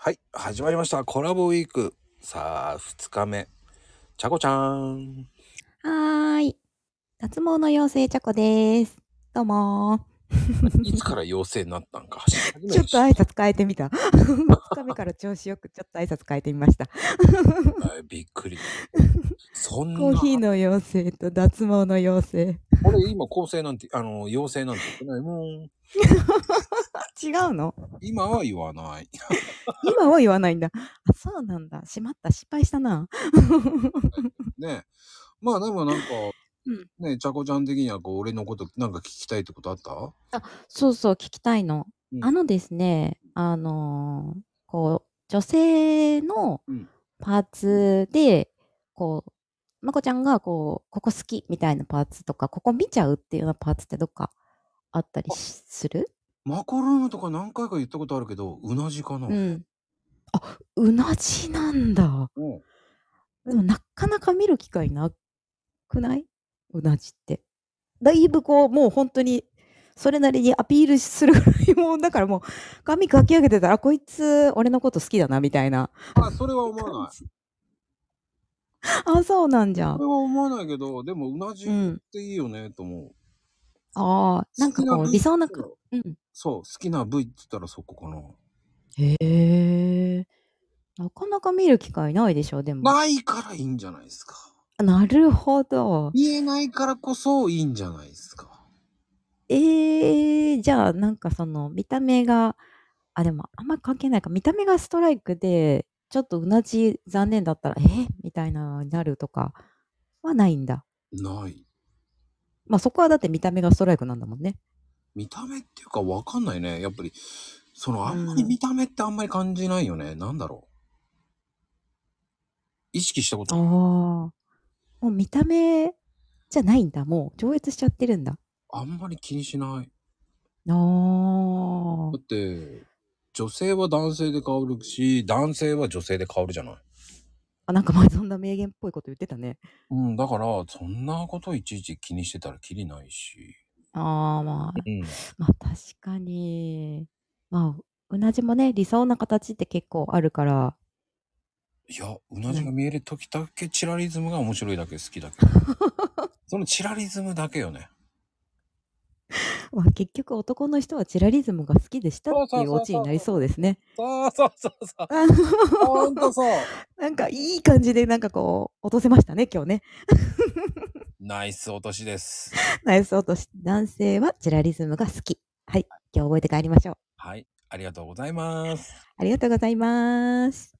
はい、始まりました。コラボウィーク。さあ、2日目。ちゃこちゃーん。 はーい。脱毛の妖精チョコです。どうもいつから陽性になったんか。ー。ちょっと挨拶変えてみた。2日目から調子よくちょっと挨拶変えてみました。はいびっ くり。そんな。コーヒーの妖精と脱毛の妖精。俺今、構成なんて、あの、陽性なんて言ってないもん。違うの今は言わない。 今は言わないんだ。あ、そうなんだ。しまった。失敗したな。ね。まあでもなんか、うんね、ちゃこちゃん的にはこう俺のことなんか聞きたいってことあったそうそう、聞きたいの。うんあのですね、あのーこう、女性のうんパーツで、こう、まこちゃんが、こう、ここ好きみたいなパーツとか、ここ見ちゃうっていうようなパーツってどっかあったりしするマコルームとか何回か言ったことあるけど、うなじかな。うん。あ、うなじなんだ。うんでも、なかなか見る機会なくないうなじって。だいぶこう、もう本当に、それなりにアピールするぐらい、もう、だからもう、髪かき上げてたら、あこいつ、俺のこと好きだな、みたいな。あ、それは思わない。あ、そうなんじゃそれん。は思わないけど、でもうなじっうん。ていいよね、と思う。ああ、なんかこ好きう、な理想な部位く、ってうん。そう、好きな部位って言ったらそこかな。へえ。なかなか見る機会ないでしょ、でも。ないからいいんじゃないですか。なるほど。見えないからこそいいんじゃないですか。ええじゃあ、なんかその、見た目が、あ、でも、あんま関係ないか。見た目がストライクで、ちょっと同じ残念だったら、えーみたいな、なるとか、はないんだ。ない。まあ、そこはだって見た目がストライクなんだもんね。見た目っていうかわかんないね。やっぱり、そのあんまり見た目ってあんまり感じないよね。なんだろう。意識したこああ。ともう見た目じゃないんだ。もう、超越しちゃってるんだ。あんまり気にしない。ああだ。って、女性は男性で変わるし、男性は女性で変わるじゃない。あ、なんか前そんな名言っぽいこと言ってたね。うん、だから、そんなこといちいち気にしてたらきりないし。ああ、まあ、うん。まあ確かに。まあ、うなじもね、理想な形って結構あるから。いや、うなじが見える時だけチラリズムが面白いだけ好きだ けど。そのチラリズムだけよね。まあ結局男の人はチラリズムが好きでしたってそういそうそううそうオチになりそうですね。そうそうそうそう。あ ほんと そう。なんかいい感じでなんかこう、落とせましたね、今日ね。ナイス落としです。ナイス落とし。男性はチラリズムが好き。はい。今日覚えて帰りましょう。はい、ありがとうございます。ありがとうございます。